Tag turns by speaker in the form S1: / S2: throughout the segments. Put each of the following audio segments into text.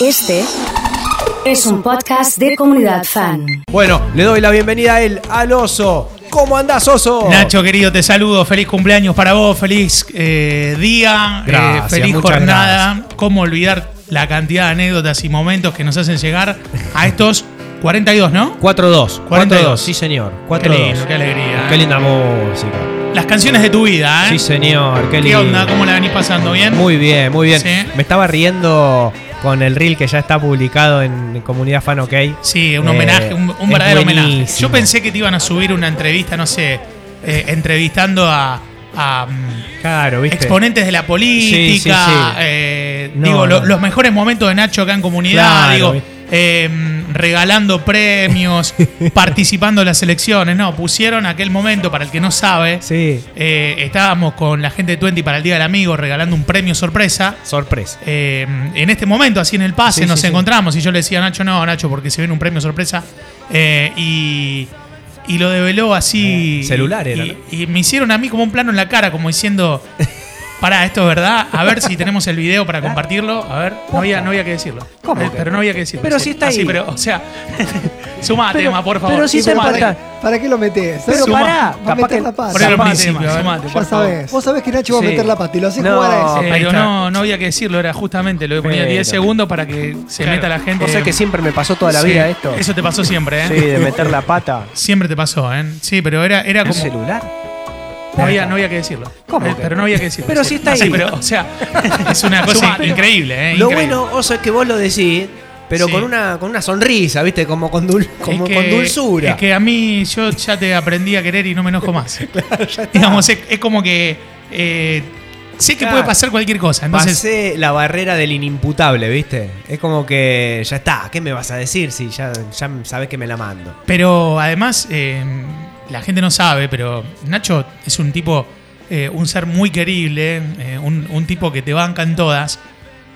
S1: Este es un podcast de comunidad fan.
S2: Bueno, le doy la bienvenida a él, al oso. ¿Cómo andás, oso?
S3: Nacho, querido, te saludo. Feliz cumpleaños para vos. Feliz eh, día.
S2: Gracias,
S3: feliz
S2: muchas
S3: jornada. ¿Cómo olvidar la cantidad de anécdotas y momentos que nos hacen llegar a estos 42,
S2: 4-2.
S3: ¿no?
S2: 4-2,
S3: 42.
S2: sí, señor.
S3: Qué
S2: 4-2.
S3: lindo, qué alegría. ¿eh?
S2: Qué linda música.
S3: Las canciones de tu vida, ¿eh?
S2: Sí, señor. Qué,
S3: ¿Qué
S2: lindo.
S3: onda? ¿Cómo la venís pasando? ¿Bien?
S2: Muy bien, muy bien.
S3: Sí.
S2: Me estaba riendo con el reel que ya está publicado en Comunidad Fan OK.
S3: Sí, un
S2: Eh,
S3: homenaje, un, un
S2: es
S3: verdadero homenaje.
S2: buenísimo.
S3: Yo pensé que te iban a subir una entrevista, no sé, eh, entrevistando a, a, mm,
S2: Claro, ¿viste?
S3: exponentes de la política, eh,
S2: No,
S3: digo, lo-
S2: no.
S3: los mejores momentos de Nacho acá en comunidad,
S2: Claro,
S3: digo,
S2: vi-
S3: eh, regalando premios, participando en las elecciones. No, pusieron aquel momento, para el que no sabe,
S2: Sí.
S3: eh, estábamos con la gente de Twenty para el Día del Amigo regalando un premio sorpresa.
S2: Sorpresa.
S3: Eh, en este momento, así en el pase,
S2: Sí,
S3: nos
S2: sí, sí.
S3: encontramos y yo le decía a Nacho, no, Nacho, porque se viene un premio sorpresa. Eh, y, y lo develó así.
S2: Eh, celular era,
S3: y, y me hicieron a mí como un plano en la cara, como diciendo, pará, esto es verdad, a ver si tenemos el video para compartirlo. A ver, no había, no había que decirlo.
S2: ¿Cómo
S3: Eh,
S2: que?
S3: Pero no había que decirlo.
S2: Pero
S3: sí.
S2: si está
S3: Así,
S2: ahí.
S3: pero, o sea, sumá tema, por favor.
S2: pero si está
S3: sumá tema.
S2: empatado.
S4: ¿Para qué lo metés?
S2: Pero
S4: Suma-
S2: pará,
S4: va
S2: capaz
S4: a meter
S2: que-
S4: la pata.
S3: Ponelo al
S2: Zapá,
S3: principio,
S2: tema.
S3: sumate,
S4: Ya
S3: por favor.
S4: sabés. Vos sabés que Nacho va a
S2: Sí.
S4: meter la pata y lo haces
S2: No.
S4: jugar a
S2: Sí.
S4: eso.
S2: ahí
S3: Eh, pero
S2: está.
S3: no, no había que decirlo, era justamente lo que ponía
S2: Pero.
S3: 10 segundos para que se
S2: Claro.
S3: meta la gente.
S5: O sea que siempre me pasó toda la
S3: Eh, Sí,
S5: vida esto.
S3: Eso te pasó siempre, ¿eh?
S5: Sí, de meter la pata.
S3: Siempre te pasó, ¿eh? Sí, pero era, era
S5: ¿Un
S3: como.
S5: celular?
S3: No había, no había que decirlo.
S5: ¿Cómo
S3: Eh,
S5: que?
S3: Pero no había que decirlo.
S5: Pero sí está
S3: Ah,
S5: ahí.
S3: pero, o sea, es una cosa
S5: Sumá.
S3: increíble, ¿eh?
S5: Lo
S3: increíble.
S5: bueno, Oso, es que vos lo decís, pero
S3: Sí.
S5: con, una, con una sonrisa, ¿viste? Como con, dul-
S3: Es
S5: como
S3: que-
S5: con dulzura.
S3: Es que a mí yo ya te aprendí a querer y no me enojo más. Digamos, es, es como que. eh, sé que
S5: Claro.
S3: puede pasar cualquier cosa. Entonces,
S5: Pasé la barrera del inimputable, ¿viste? Es como que ya está, ¿qué me vas a decir si ya, ya sabes que me la mando?
S3: Pero además, eh, la gente no sabe, pero Nacho es un tipo, eh, un ser muy querible, eh, un, un tipo que te banca en todas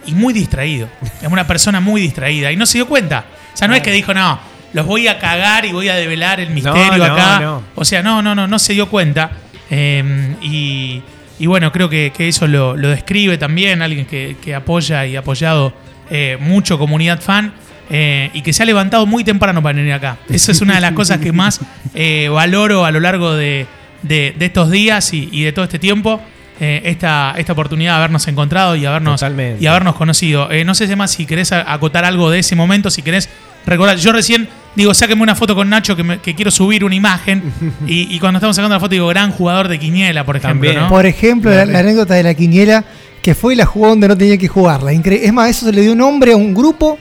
S3: y muy distraído. Es una persona muy distraída y no se dio cuenta. O sea, no es que dijo, no, los voy a cagar y voy a develar el misterio
S5: no,
S3: acá.
S5: no.
S3: O sea, no, no, no, no se dio cuenta. Eh, y, y bueno, creo que, que eso lo, lo describe también alguien que, que apoya y ha apoyado eh, mucho comunidad fan. eh, y que se ha levantado muy temprano para venir acá. Eso es una de las cosas que más eh, valoro a lo largo de, de- de estos días y, y de todo este tiempo. eh, esta, esta oportunidad de habernos encontrado y habernos,
S5: Totalmente.
S3: y habernos conocido. Eh, no sé, Emma, si querés a- acotar algo de ese momento, si querés recordar. Yo recién digo, sáquenme una foto con Nacho que, me- que quiero subir una imagen. y, y cuando estamos sacando la foto, digo, gran jugador de Quiniela, por ejemplo.
S5: También.
S3: ¿no?
S4: Por ejemplo, la, la anécdota de la quiniela, que fue y la jugó donde no tenía que jugarla. Incre- es más, eso se le dio nombre a un grupo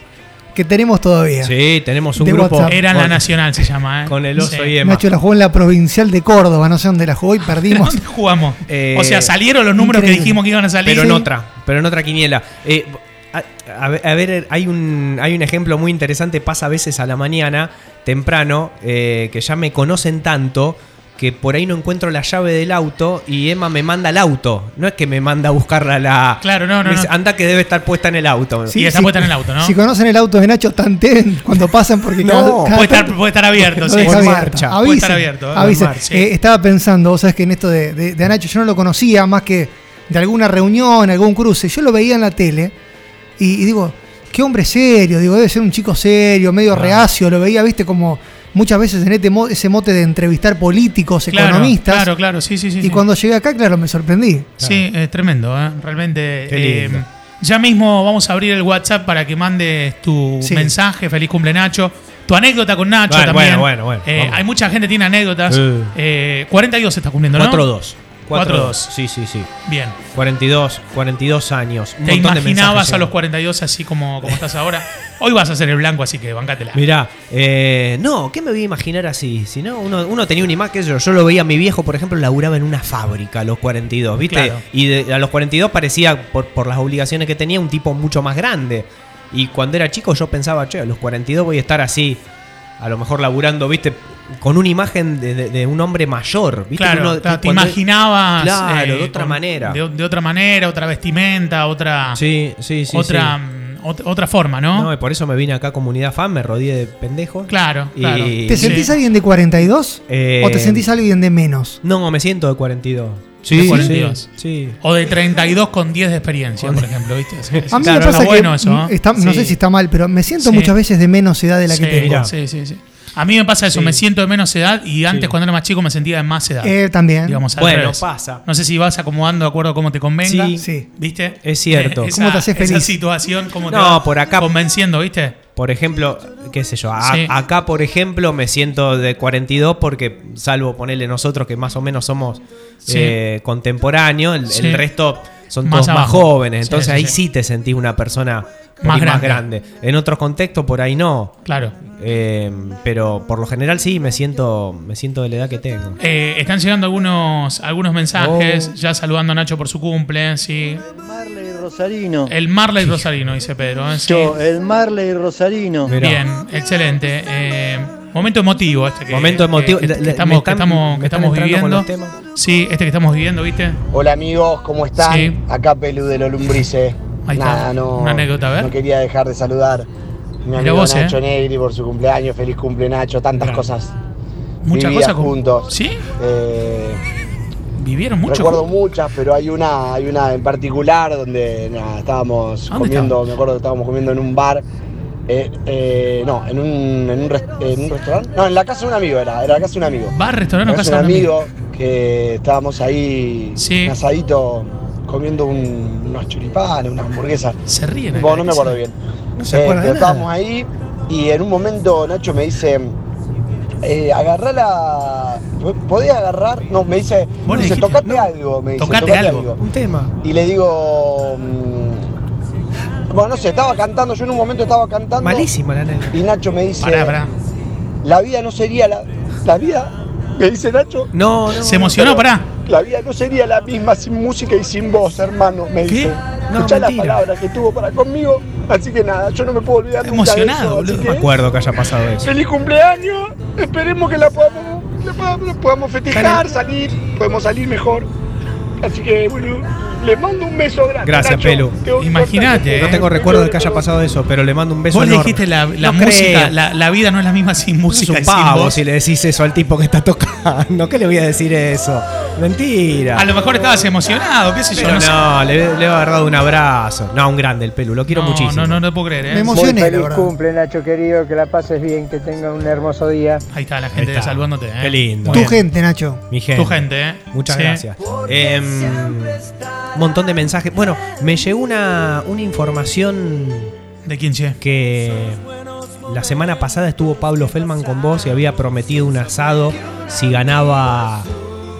S4: que tenemos todavía.
S5: Sí, tenemos un
S4: De
S5: grupo.
S4: WhatsApp.
S3: Era en la
S5: con-
S3: Nacional, se llama. ¿eh?
S5: Con el oso
S3: Sí.
S5: y Emma.
S4: Nacho la jugó en la provincial de Córdoba, no sé dónde la jugó y
S3: ¿Pero
S4: perdimos.
S3: ¿Dónde jugamos?
S5: Eh,
S3: o sea, salieron los números que
S4: increíble.
S3: dijimos que iban a salir.
S5: Pero en
S4: Sí.
S5: otra, pero en otra quiniela. Eh, a, a ver- a ver, hay un, hay un ejemplo muy interesante, pasa a veces a la mañana, temprano, eh, que ya me conocen tanto que por ahí no encuentro la llave del auto y Emma me manda el auto. No es que me manda a buscarla la...
S3: Claro, no, no,
S5: Me dice,
S3: no.
S5: Anda que debe estar puesta en el auto.
S3: Sí, y está puesta en el auto, ¿no?
S4: Si conocen el auto de Nacho, tanteen cuando pasan porque
S5: No,
S3: Puede estar, puede estar abierto,
S4: No
S3: sí.
S4: deja
S5: Por
S4: abierto.
S5: marcha.
S4: Avisen,
S3: Puede estar abierto, ¿eh?
S4: avisen.
S3: Por marcha.
S4: Eh, estaba pensando, vos sabés que en esto de, de, de Nacho yo no lo conocía más que de alguna reunión, algún cruce. Yo lo veía en la tele y, y digo, qué hombre serio, digo, debe ser un chico serio, medio reacio. Lo veía, viste, como muchas veces en este mo- ese mote de entrevistar políticos,
S3: Claro,
S4: economistas.
S3: Claro, claro, sí, sí, sí.
S4: y
S3: sí.
S4: cuando llegué acá, claro, me sorprendí.
S3: Sí, es tremendo, ¿eh? realmente.
S5: Qué
S3: eh,
S5: lindo.
S3: ya mismo vamos a abrir el WhatsApp para que mandes tu
S4: Sí.
S3: mensaje, feliz cumple Nacho. Tu anécdota con Nacho
S5: Bueno,
S3: también.
S5: bueno, bueno, bueno,
S3: Eh,
S5: vamos.
S3: hay mucha gente que tiene anécdotas.
S5: Sí.
S3: Eh, 42 se está cumpliendo, ¿no?
S5: 4-2.
S3: 4-2.
S5: Sí, sí, sí.
S3: Bien.
S5: 42, 42 años. Un
S3: Te
S5: montón de
S3: imaginabas
S5: mensajes
S3: a los
S5: llegan.
S3: 42 así como, como estás ahora. Hoy vas a ser el blanco, así que bancátela.
S5: Mirá, eh, no, ¿qué me voy a imaginar así? Si no, uno, uno tenía una imagen, qué sé yo, yo lo veía a mi viejo, por ejemplo, laburaba en una fábrica a los 42, ¿viste?
S3: Claro.
S5: Y de- a los 42 parecía, por, por las obligaciones que tenía, un tipo mucho más grande. Y cuando era chico yo pensaba, che, a los 42 voy a estar así, a lo mejor laburando, ¿viste? Con una imagen de, de- de un hombre mayor, ¿viste?
S3: Claro,
S5: Uno-
S3: ta- te
S5: cuando-
S3: imaginabas. eh,
S5: Claro, de otra
S3: con-
S5: manera.
S3: De, de otra manera, otra vestimenta, otra.
S5: Sí, sí, sí.
S3: otra,
S5: sí.
S3: mm, ot- otra forma, ¿no?
S5: No, y por eso me vine acá a Comunidad Fan, me rodeé de pendejos.
S3: claro,
S5: Y-
S3: claro.
S5: Sí.
S4: ¿Te sentís alguien de 42
S5: Eh,
S4: o te sentís alguien de menos?
S5: No, me siento de 42.
S3: de
S5: Sí,
S3: 42.
S5: sí, sí.
S3: O de 32 con 10 de experiencia, por ejemplo, ¿viste? Así es.
S4: A mí
S3: Claro,
S4: me pasa
S3: está
S4: que
S3: bueno eso, ¿eh?
S4: está- no
S3: Sí.
S4: sé si está mal, pero me siento
S3: Sí.
S4: muchas veces de menos edad de la que
S3: Sí,
S4: tengo.
S3: Sí, sí, sí. A mí me pasa eso, me siento de menos edad y antes cuando era más chico me sentía de más edad.
S4: Eh, también.
S3: digamos, al
S5: Bueno,
S3: revés.
S5: pasa.
S3: No sé si vas acomodando de acuerdo a cómo te convenga.
S5: Sí.
S4: Sí.
S3: ¿Viste?
S5: Es cierto.
S3: Eh,
S4: ¿Cómo te haces
S3: Esa
S4: feliz?
S3: situación, ¿cómo te
S5: No,
S3: va
S5: por acá-
S3: convenciendo, ¿viste?
S5: Por ejemplo, qué sé yo, a-
S3: Sí.
S5: acá por ejemplo me siento de 42 porque salvo ponerle nosotros que más o menos somos
S3: Sí.
S5: eh, contemporáneos, el, el
S3: Sí.
S5: resto son
S3: Más
S5: todos más
S3: abajo.
S5: jóvenes,
S3: Sí,
S5: entonces
S3: sí,
S5: ahí
S3: sí.
S5: sí. te sentís una persona por
S3: Más
S5: ahí más
S3: grande.
S5: grande. En otros contextos por ahí no,
S3: Claro.
S5: Eh, pero por lo general sí me siento me siento de la edad que tengo.
S3: Eh, están llegando algunos, algunos mensajes,
S5: Oh.
S3: ya saludando a Nacho por su cumple, sí.
S6: Marley Rosarino.
S3: El Marley Rosarino, dice Pedro. ¿eh? Sí.
S6: Yo, el Marley Rosarino.
S5: Mirá.
S3: Bien, excelente. Eh, momento emotivo este que,
S5: Momento emotivo.
S3: que- que
S5: Le- le-
S3: estamos,
S5: me están-
S3: que estamos, que
S5: me están
S3: estamos
S5: entrando con
S3: viviendo.
S5: los temas.
S3: Sí, este que estamos viviendo, ¿viste?
S7: Hola amigos, ¿cómo están?
S3: Sí.
S7: Acá Pelu de los Lombrices.
S3: Ahí está.
S7: Nada, no,
S3: Una anécdota, a ver.
S7: no quería dejar de saludar a mi
S3: Mirá
S7: amigo
S3: vos, eh.
S7: Nacho Negri por su cumpleaños. Feliz cumple Nacho, tantas
S3: Claro.
S7: cosas.
S3: Muchas
S7: vividas
S3: cosas. con-
S7: juntos.
S3: Sí,
S7: Eh,
S3: vivieron mucho.
S7: recuerdo muchas, pero hay una, hay una en particular donde nada, estábamos
S3: ¿Dónde
S7: comiendo,
S3: estaban?
S7: me acuerdo que estábamos comiendo en un bar. eh, eh, no, en un, en, un rest- en un restaurante. No, en la casa de un amigo era, era la casa de un amigo.
S3: Bar, restaurante, o
S7: Es
S3: casa
S7: un
S3: de un
S7: amigo que estábamos ahí
S3: Sí.
S7: un asadito comiendo un- unos churipanes, unas hamburguesas.
S3: Se ríen.
S7: Bueno,
S3: acá,
S7: no me
S3: ¿sí?
S7: acuerdo bien. Eh,
S4: No se acuerda de
S7: pero
S4: nada.
S7: estábamos ahí y en un momento Nacho me dice, eh, agarrá la... ¿Podés agarrar? No, me dice,
S3: Vos le
S7: dice,
S3: dijiste,
S7: tocate
S3: no.
S7: algo, me dice.
S3: Tocate algo".
S5: Un tema.
S7: Y le digo... mm, bueno, no sé, estaba cantando, yo en un momento estaba cantando.
S5: Malísima la anécdota.
S7: Y Nacho me dice,
S3: Pará, pará.
S7: la vida no sería la... La vida, me dice Nacho,
S5: No, no.
S3: Se emocionó,
S7: pero
S3: pará.
S7: La vida no sería la misma sin música y sin voz, hermano, me
S3: ¿Qué?
S7: dice.
S5: No,
S7: Escuchá las
S5: mentira.
S7: palabras que tuvo para conmigo, así que nada, yo no me puedo olvidar
S3: Está
S7: nunca
S3: emocionado,
S7: de eso, así
S3: boludo.
S5: No me
S7: que,
S5: acuerdo que haya pasado eso.
S7: Feliz cumpleaños, esperemos que la podamos, la podamos, la podamos festejar, salir, podemos salir mejor. Así que, bueno, les mando un beso grande.
S5: Gracias,
S7: Nacho.
S5: Pelu.
S7: Te voy a
S3: Imagínate,
S7: cortar.
S3: eh.
S5: No tengo recuerdo de que haya pasado eso, pero le mando un beso.
S3: Vos le
S5: enorme.
S3: dijiste la, la
S5: No
S3: música,
S5: creo.
S3: la, la vida no es la misma sin
S5: Es
S3: música.
S5: un
S3: y sin
S5: pavo
S3: voz.
S5: si le decís eso al tipo que está tocando. ¿Qué le voy a decir eso? Mentira.
S3: A lo mejor estabas emocionado, qué sé yo.
S5: Pero
S3: no sé.
S5: no, le, le he agarrado un abrazo. No, un grande el pelu, lo quiero
S3: no,
S5: muchísimo.
S3: No, no, no puedo creer, ¿eh?
S4: Me emo-
S8: Muy
S4: Emociones, la
S8: feliz
S4: verdad.
S8: cumple, Nacho querido, que la pases bien, que tenga un hermoso día.
S3: Ahí está la gente
S5: Ahí está.
S3: saludándote, ¿eh?
S5: Qué lindo.
S3: Muy
S4: Tu
S3: bien.
S4: gente, Nacho.
S5: Mi gente.
S3: Tu gente, ¿eh?
S5: Muchas
S3: Sí.
S5: gracias. Eh, un montón de mensajes. Bueno, me llegó una, una información
S3: ¿De quién, che?
S5: que la semana pasada estuvo Pablo Feldman con vos y había prometido un asado si ganaba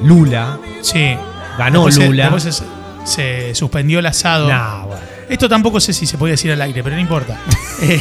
S5: Lula.
S3: Sí.
S5: Ganó
S3: Después se-
S5: Lula.
S3: después se, se suspendió el asado.
S5: Nah, bueno.
S3: Esto tampoco sé si se podía decir al aire, pero no importa. Eh,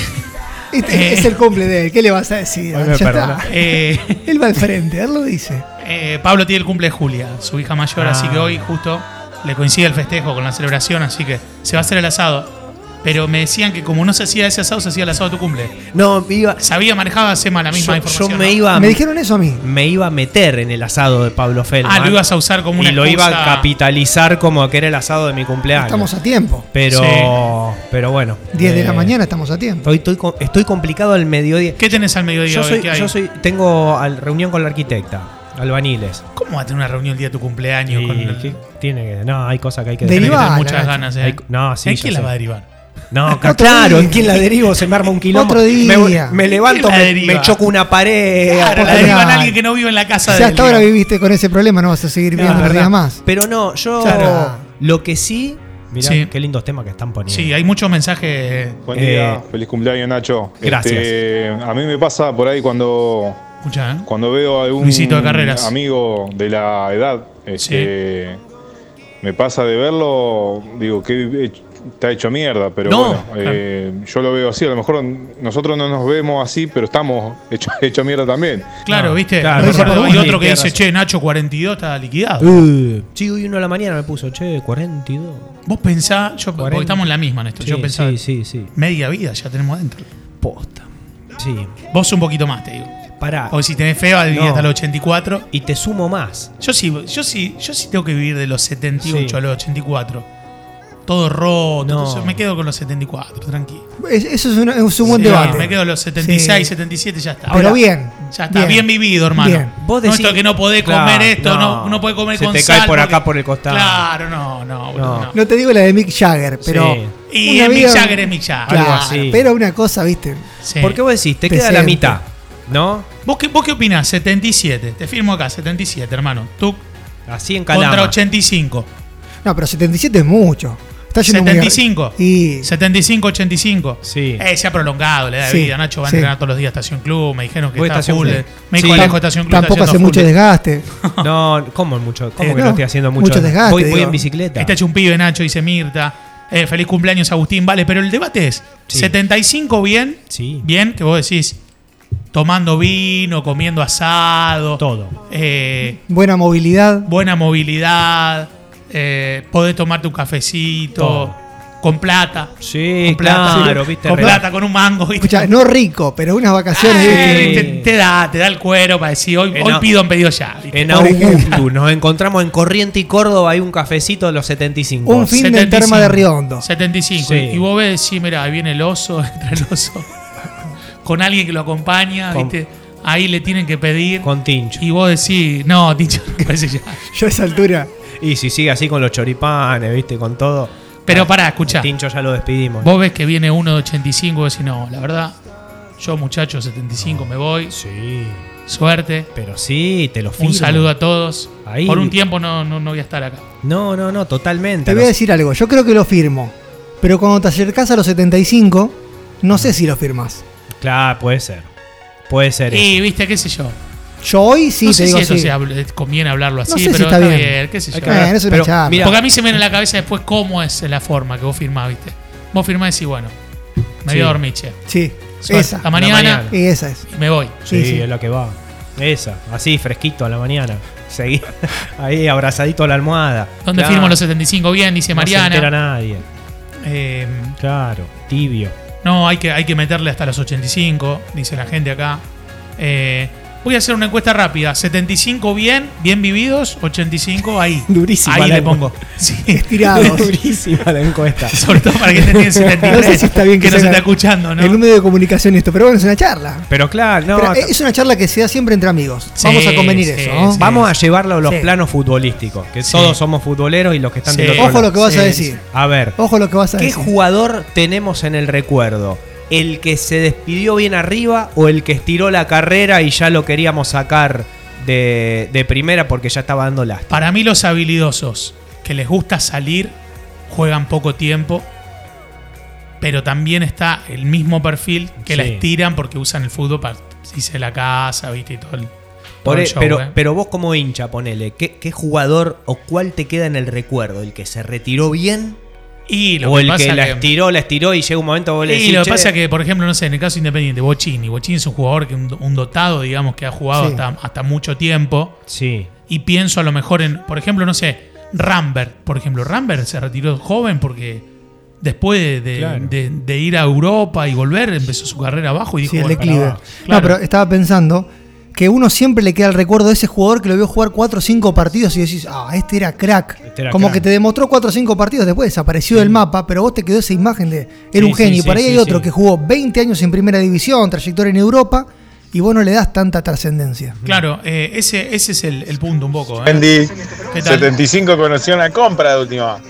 S4: Este
S3: Eh.
S4: es el cumple de él. ¿Qué le vas a decir?
S5: Ay, me
S4: Ya
S5: perdona.
S4: está.
S3: eh,
S4: Él va al frente, él lo dice.
S3: eh, Pablo tiene el cumple de Julia, su hija mayor,
S5: Ah.
S3: así que hoy justo le coincide el festejo con la celebración, así que se va a hacer el asado. Pero me decían que como no se hacía ese asado, se hacía el asado de tu cumple.
S5: No, iba,
S3: Sabía, manejaba, Sema la misma
S5: yo,
S3: información.
S5: yo me,
S3: ¿no?
S5: iba,
S4: Me dijeron eso a mí.
S5: me iba a meter en el asado de Pablo Feldman.
S3: Ah, lo ibas a usar como una
S5: Y lo iba a
S3: excusa.
S5: capitalizar como que era el asado de mi cumpleaños.
S4: Estamos a tiempo.
S5: pero,
S3: Sí.
S5: pero bueno.
S4: 10 de
S5: eh,
S4: la mañana estamos a tiempo.
S5: Estoy, estoy, co- estoy complicado al mediodía.
S3: ¿Qué tenés al mediodía
S5: Yo
S3: hoy?
S5: soy,
S3: ¿Qué hay?
S5: yo soy, tengo al- reunión con la arquitecta, Albaniles.
S3: ¿Cómo va a tener una reunión el día de tu cumpleaños?
S5: Y
S3: con el-
S5: ti- tiene que, no, hay cosas que hay que
S3: Tenés que
S4: Derivá,
S3: tener
S4: la
S3: muchas
S4: Nacho.
S3: ganas, ¿eh?
S5: Hay- no, sí,
S3: ¿En
S5: yo
S3: quién la
S5: sé.
S3: va a derivar?
S5: No, ca-
S4: Otro
S5: claro,
S4: día.
S5: ¿en quién la derivo? Se me arma un quilombo.
S4: Otro día.
S5: Me, me levanto,
S3: ¿Quién la
S5: me,
S3: deriva?
S5: me choco una pared.
S3: Claro, la
S4: Claro.
S3: derivan a alguien que no vive en la casa
S4: Si
S3: de
S4: hasta ahora viviste con ese problema, no vas a seguir
S5: No,
S4: viviendo
S5: es
S4: los días
S5: verdad.
S4: más.
S5: Pero no, yo
S4: Claro.
S5: lo que sí. Mirá,
S3: Sí.
S5: qué lindos temas que están poniendo.
S3: Sí, hay muchos mensajes.
S9: Buen
S5: Eh,
S9: día, feliz cumpleaños Nacho.
S5: gracias.
S9: Este, a mí me pasa por ahí cuando,
S3: Escucha, ¿eh?
S9: cuando veo a algún
S3: Luisito de Carreras.
S9: amigo de la edad, este, me pasa de verlo, digo, que he- está hecho mierda, pero
S3: No,
S9: bueno, eh, yo lo veo así. A lo mejor nosotros no nos vemos así, pero estamos hechos hecho mierda también.
S3: Claro,
S5: No,
S3: ¿viste?
S5: claro,
S3: Por
S4: no se
S3: ejemplo,
S5: puede
S3: hay
S5: decir,
S3: otro que
S5: tiene
S3: dice,
S5: razón.
S3: che, Nacho 42 está
S4: Uh.
S3: liquidado.
S5: Eh, sí, hoy uno a la mañana me puso, che, 42.
S3: Vos pensás, yo, porque
S5: 40.
S3: estamos en la misma, Néstor. yo
S5: Sí,
S3: pensaba,
S5: sí, sí, sí.
S3: media vida ya tenemos adentro.
S5: Posta. Sí.
S3: Vos un poquito más, te digo.
S4: Ah.
S5: Pará.
S3: Porque si tenés feo, vivís
S5: No.
S3: hasta los 84.
S5: Y te sumo más.
S3: Yo sí, yo sí, yo sí tengo que vivir de los 78
S5: Sí.
S3: a los 84. todo roto.
S5: No.
S3: Entonces me quedo con los 74, tranquilo.
S4: Es- eso es, una- es un buen
S3: Sí,
S4: debate.
S3: Me quedo los 76,
S4: Sí.
S3: 77, ya está.
S4: Pero bien.
S3: Ya está, bien,
S4: bien
S3: vivido, hermano.
S4: Bien.
S5: Vos
S3: no
S5: decís-
S3: esto que no podés
S5: Claro,
S3: comer esto, no,
S5: no.
S3: no, podés comer
S5: Se
S3: con
S5: te cae
S3: sal
S5: por acá,
S3: porque-
S5: por el costado.
S3: Claro, no, no, boludo,
S5: No.
S3: no.
S4: No te digo la de Mick Jagger, pero.
S5: Sí.
S3: Y
S4: una
S3: es Mick
S4: vida-
S3: Jagger es Mick Jagger.
S4: Claro,
S5: Algo así.
S4: Pero una cosa, viste.
S3: Sí.
S5: Porque vos decís, te
S4: Te
S5: queda la
S4: siento.
S5: mitad, ¿no?
S3: ¿Vos qué, ¿Vos qué opinás? 77. Te firmo acá, 77, hermano. Tú
S5: Así en
S3: contra
S5: calama.
S3: 85.
S4: No, pero 77 es mucho. Está yendo muy arriba.
S3: 75.
S4: Y.
S3: 75, 85.
S5: Sí.
S3: Eh, se ha prolongado, le da
S4: Sí,
S3: vida. Nacho va a
S4: sí.
S3: entrenar todos los días a Estación Club. Me dijeron que
S5: Voy a
S3: está
S5: Estación
S3: full.
S5: Club.
S3: eh. Me dijo
S5: Sí.
S3: Alejo de Estación Club.
S4: Tampoco
S3: está
S4: hace
S3: yendo
S4: mucho
S3: full.
S4: desgaste.
S5: No, ¿cómo mucho? ¿Cómo
S4: Eh,
S5: que no,
S4: no,
S5: estoy haciendo mucho?
S4: mucho desgaste,
S5: voy, voy
S4: digo.
S5: en bicicleta.
S3: Está Este hecho un pibe, Nacho, dice Mirta. Eh, feliz cumpleaños, Agustín. Vale, pero el debate es:
S5: Sí.
S3: 75 bien,
S5: Sí.
S3: bien, que vos decís, tomando vino, comiendo asado,
S5: Todo.
S3: eh,
S4: Buena movilidad.
S3: buena movilidad, eh, podés tomarte un cafecito,
S5: Todo.
S3: con plata.
S5: Sí,
S3: con plata,
S5: claro,
S3: sí,
S5: viste,
S3: Con
S5: relax.
S3: plata, con un mango, ¿viste?
S4: Escucha, no rico, pero unas vacaciones.
S3: Eh,
S4: ¿viste?
S3: te, te da, te da el cuero para decir, hoy,
S5: Eh,
S3: hoy
S5: no.
S3: pido en pedido ya. ¿viste?
S5: En
S4: Por
S5: Augusto,
S4: ejemplo.
S5: nos encontramos en Corriente y Córdoba, hay un cafecito de los 75.
S4: Un fin de
S3: 75.
S4: terma de Riondo.
S3: 75.
S5: Sí.
S3: Y vos ves, sí, mira, ahí viene el oso, entra el oso. con alguien que lo acompaña,
S5: Con-
S3: ¿viste? Ahí le tienen que pedir.
S5: Con tincho.
S3: y vos decís, no, dicho, parece ya.
S4: Yo a esa altura.
S5: Y si sigue así con los choripanes, viste, con todo.
S3: Pero pará, escuchá.
S5: Tincho ya lo despedimos.
S3: Vos ves que viene uno de 85, vos decís, no, la verdad, yo muchacho 75 me voy.
S5: Sí.
S3: Suerte.
S5: Pero sí, te lo firmo.
S3: Un saludo a todos.
S5: Ahí.
S3: Por un tiempo no, no, no voy a estar acá.
S5: No, no, no, totalmente.
S4: Te voy a decir algo. Yo creo que lo firmo. Pero cuando te acercás a los 75, no sé si lo firmas.
S5: Claro, puede ser. Puede ser. eso.
S3: Y viste, qué sé yo.
S4: Yo hoy sí
S3: no
S4: te
S3: sé
S4: digo
S3: si eso
S4: sí.
S3: se habla- conviene hablarlo así,
S4: No sé si
S3: pero
S4: está bien.
S3: qué sé yo.
S5: Hay que
S4: Bueno,
S5: hablar.
S4: es una
S5: Pero,
S4: charla.
S5: mira,
S3: Porque a mí se me viene a la cabeza después cómo es la forma que vos firmás, ¿viste? Vos firmás y decís, bueno, me voy
S5: Sí.
S3: a dormir, che.
S4: Sí,
S3: Suerte.
S4: esa.
S3: Hasta mañana,
S5: mañana.
S4: Y esa es.
S3: y me voy.
S5: Sí,
S4: Sí, sí.
S5: es la que va. Esa, así, fresquito a la mañana. Seguí ahí abrazadito a la almohada.
S3: ¿Dónde
S5: Claro,
S3: firmo los 75 bien? Dice
S5: No se entera
S3: Mariana.
S5: nadie.
S3: Eh,
S5: Claro, tibio.
S3: no, hay que, hay que meterle hasta los 85, dice la gente acá. Eh, voy a hacer una encuesta rápida. 75 bien, bien vividos, 85 ahí.
S5: Durísima
S3: Ahí
S5: la
S3: le
S5: encu-
S3: pongo. Sí.
S4: Tirados.
S5: Durísima la encuesta.
S3: Sobre todo para que te tienen 73.
S4: No sé si está bien que
S3: que no se
S4: sea
S3: está escuchando, ¿no?
S4: En un medio de comunicación esto, pero bueno, es una charla.
S5: Pero claro, no,
S4: Pero
S5: acá-
S4: es es una charla que se da siempre entre amigos. Vamos
S3: Sí,
S4: a convenir
S3: sí,
S4: eso. ¿no?
S3: sí.
S5: vamos a llevarlo a los
S4: Sí.
S5: planos futbolísticos. Que
S3: Sí.
S5: todos somos futboleros y los que están
S3: Sí.
S5: del otro
S4: Ojo
S5: lado.
S4: lo que vas
S3: Sí,
S4: a decir.
S5: A ver,
S4: Ojo lo que vas a
S5: ¿qué
S4: decir.
S5: jugador tenemos en el recuerdo? ¿El que se despidió bien arriba o el que estiró la carrera y ya lo queríamos sacar de, de primera porque ya estaba dando lástima?
S3: Para mí los habilidosos que les gusta salir juegan poco tiempo, pero también está el mismo perfil que
S5: Sí.
S3: la estiran porque usan el fútbol para irse a la casa, viste, y todo el, todo
S5: Por
S3: el
S5: e-
S3: show,
S5: pero,
S3: eh.
S5: pero vos como hincha, ponele, ¿qué, qué jugador o cuál te queda en el recuerdo? ¿El que se retiró bien?
S3: y lo
S5: ¿O
S3: que
S5: el
S3: pasa
S5: que la
S3: que-
S5: estiró, la estiró y llega un momento vos le
S3: y
S5: decís,
S3: lo que
S5: "Che,
S3: pasa es que, por ejemplo, no sé, en el caso independiente, Bochini. Bochini es un jugador que un, un dotado, digamos, que ha jugado
S4: Sí.
S3: hasta, hasta mucho tiempo.
S5: Sí,
S3: Y pienso a lo mejor en, por ejemplo, no sé, Rambert. Por ejemplo, Rambert se retiró joven porque después de, de-
S5: Claro.
S3: de- de ir a Europa y volver, empezó su carrera abajo y dijo:
S4: Sí, el
S3: "Bueno,
S4: declive.
S3: para
S4: No,
S3: abajo". Claro.
S4: pero estaba pensando que uno siempre le queda el recuerdo de ese jugador que lo vio jugar 4 o 5 partidos y decís, ah, este era crack.
S5: Este era
S4: Como
S5: crack.
S4: que te demostró 4 o 5 partidos, después desapareció del mapa, pero vos te quedó esa imagen de, era
S5: Sí,
S4: un genio.
S5: sí,
S4: Y por
S5: sí,
S4: ahí hay
S5: sí,
S4: otro
S5: sí.
S4: que jugó 20 años en primera división, trayectoria en Europa, y vos no le das tanta trascendencia.
S3: Claro, eh, ese, ese es el, el punto un poco. ¿eh?
S9: Andy,
S3: ¿Qué tal?
S9: 75 conoció una compra de última.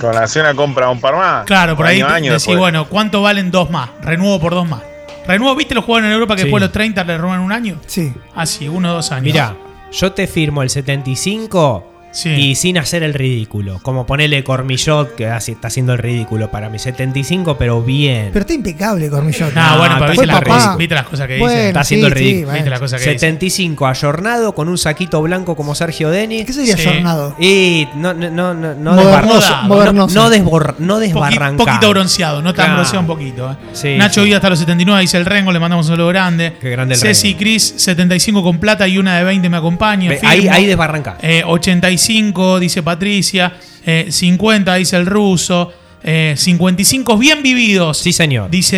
S9: Conoció una compra un par más.
S3: Claro, por ahí
S9: Año,
S3: te-
S9: año
S3: decís,
S9: después.
S3: bueno, ¿cuánto valen dos más? Renuevo por dos más. Renuevo, ¿viste los jugadores en Europa que
S5: Sí.
S3: después de los 30 le roban un año?
S4: Sí.
S3: Ah, sí, uno o dos años.
S5: mirá, yo te firmo el 75
S3: Sí.
S5: y sin hacer el ridículo. Como ponele Cormillot, que así está haciendo el ridículo para mí. 75, pero bien.
S4: Pero está impecable, Cormillón.
S3: Ah, bueno, pero
S5: Ah,
S3: viste,
S5: fue
S3: las
S5: papá.
S3: cosas- viste las cosas que
S4: Bueno,
S3: dicen.
S5: Está haciendo
S4: sí,
S5: el
S4: sí,
S5: ridículo.
S4: bueno.
S3: Viste las cosas que dicen.
S5: 75 ayornado con un saquito blanco como Sergio Denis.
S4: ¿Qué sería
S3: Sí.
S4: Jornado?
S5: Y no, no, no, no, no
S4: Modernoso,
S5: desbarranca.
S4: modernoso.
S5: No, no desborra- no
S3: Un
S5: desbarranca.
S3: poquito bronceado, no tan
S5: Claro.
S3: bronceado, un poquito. eh.
S5: Sí,
S3: Nacho
S5: sí.
S3: Vida hasta los 79, dice el Rengo, le mandamos un saludo grande.
S5: Qué grande el
S3: Ceci
S5: Rengo.
S3: Cris, 75 con plata y una de 20 me acompaña.
S5: Ve,
S3: firmo.
S5: Ahí, ahí desbarranca.
S3: Eh, 85, dice Patricia. Eh, 50, dice el ruso. Eh, 55 bien vividos.
S5: Sí, señor.
S3: Dice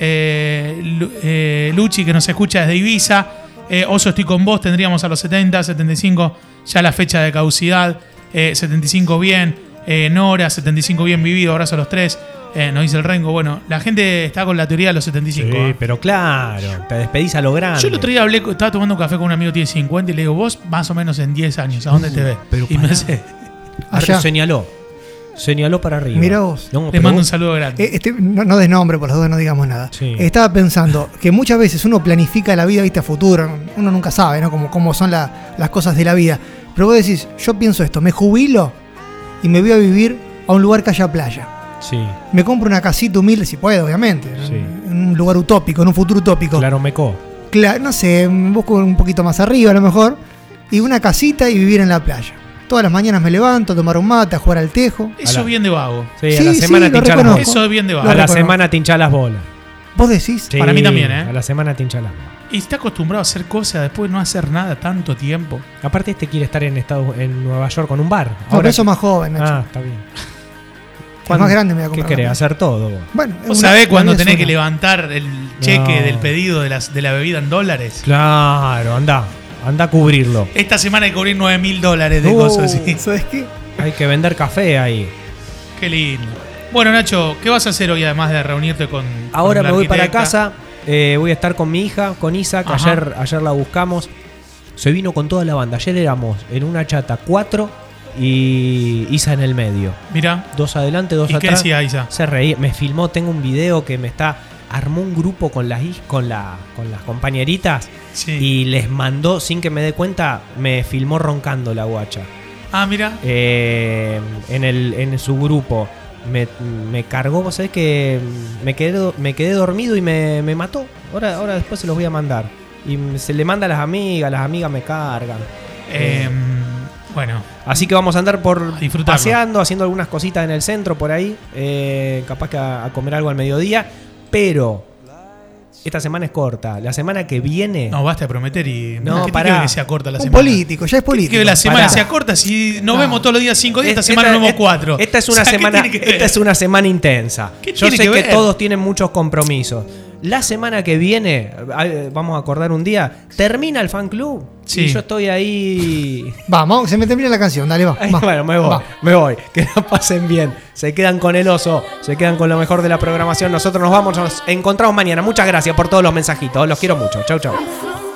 S3: eh, Lu- eh, Luchi, que nos escucha desde Ibiza. Eh, Oso, estoy con vos. Tendríamos a los 70, 75, ya la fecha de caducidad. Eh, 75 bien. eh, Nora, 75 bien vivido, abrazo a los tres. Eh, nos dice el Rengo. Bueno, la gente está con la teoría de los 75. ¿eh?
S5: Sí, pero claro, te despedís a lo grande.
S3: Yo el otro día hablé, con- estaba tomando un café con un amigo que tiene 50 y le digo, vos más o menos en 10 años, ¿a dónde te ves?
S5: Uh, pero
S3: y me
S5: pará.
S3: dice,
S5: Ar-
S4: Allá.
S5: Señaló. Señaló para arriba.
S4: Mirá vos.
S5: No,
S3: le
S5: pero
S3: mando un
S5: vos-
S3: saludo grande.
S4: Eh, este, no, no des nombre, por las dudas no digamos nada.
S5: Sí.
S4: Estaba pensando que muchas veces uno planifica la vida, viste, a futuro. Uno nunca sabe, ¿no? Como, cómo son la- las cosas de la vida. Pero vos decís, yo pienso esto, me jubilo y me voy a vivir a un lugar que haya playa.
S5: Sí,
S4: Me compro una casita humilde, si puedo, obviamente.
S5: Sí.
S4: En un lugar utópico, en un futuro utópico.
S5: claro, Meco.
S4: Cla- no sé, busco un poquito más arriba a lo mejor. Y una casita y vivir en la playa. Todas las mañanas me levanto a tomar un mate, a jugar al tejo.
S5: eh,
S3: Eso es bien de vago.
S5: Sí, a
S4: Sí,
S5: la
S4: sí,
S5: semana
S4: lo
S5: te hinchá las
S4: reconozco.
S5: bolas.
S3: Eso es bien de
S4: Lo
S5: A
S3: vago.
S5: la
S4: reconozco.
S5: semana te hinchá las bolas.
S4: ¿Vos decís?
S5: Sí,
S3: Para mí también, ¿eh?
S5: A la semana te hinchá las bolas.
S3: Y está acostumbrado a hacer cosas, después no hacer nada tanto tiempo.
S5: Aparte, este quiere estar en Estados, en Nueva York con un bar.
S4: No, pero eso más joven, Nacho.
S5: Ah, está bien.
S4: Es más grande me voy a
S5: ¿Qué
S4: comprar.
S5: querés? Hacer todo vos.
S4: Bueno,
S3: ¿Vos
S4: una-
S3: sabés cuando
S4: la vida es
S3: tenés que
S4: una.
S3: levantar el cheque
S5: No.
S3: del pedido de, las, de la bebida en dólares?
S5: Claro, anda. Anda a cubrirlo.
S3: Esta semana hay que cubrir 9 mil dólares de
S5: Uh.
S3: cosas así.
S4: ¿Sabés qué?
S5: Hay que vender café ahí.
S3: Qué lindo. Bueno, Nacho, ¿qué vas a hacer hoy además de reunirte con.
S5: Ahora
S3: con la
S5: me voy para
S3: arquitecta?
S5: casa. eh, voy a estar con mi hija, con Isaac.
S3: Ajá.
S5: Ayer, ayer la buscamos. Se vino con toda la banda. Ayer éramos en una chata cuatro y Isa en el medio.
S3: Mirá.
S5: Dos adelante, dos
S3: ¿Y qué
S5: atrás.
S3: decía Isa?
S5: Se reía, me filmó, tengo un video que me está. Armó un grupo con las, hij- con la, con las compañeritas
S3: Sí.
S5: y les mandó, sin que me dé cuenta, me filmó roncando la guacha.
S3: Ah, mira.
S5: Eh, en, el, en su grupo. Me, me cargó, vos sabés que me quedé, do- me quedé dormido y me, me mató. Ahora, ahora después se los voy a mandar. Y se le manda a las amigas, las amigas me cargan.
S3: Eh, bueno,
S5: Así que vamos a andar por
S3: A disfrutarlo.
S5: paseando, haciendo algunas cositas en el centro por ahí, eh, capaz que a, a comer algo al mediodía, pero esta semana es corta. La semana que viene,
S3: no basta de prometer y.
S5: No,
S3: ¿Qué tiene
S5: pará.
S3: que sea corta la
S4: Un
S3: semana.
S4: político, ya es político.
S3: Que la semana
S5: pará.
S3: sea corta, si nos
S4: No.
S3: vemos todos los días 5 días, esta,
S5: es-
S3: semana nos vemos
S5: es-
S3: 4.
S5: Esta es una semana, esta es una semana intensa.
S3: ¿Qué
S5: Yo
S3: tiene
S5: sé
S3: que
S5: que,
S3: ver?
S5: todos tienen muchos compromisos. La semana que viene, eh, vamos a acordar un día, termina el fan club.
S3: Sí.
S5: Y yo estoy ahí
S4: Vamos, se me termina la canción, dale, va.
S5: Ay,
S4: va,
S5: bueno, me voy,
S4: va.
S5: me voy. Que la pasen bien. Se quedan con el oso, se quedan con lo mejor de la programación. Nosotros nos vamos, nos encontramos mañana. Muchas gracias por todos los mensajitos. Los quiero mucho. Chau, chau.
S1: From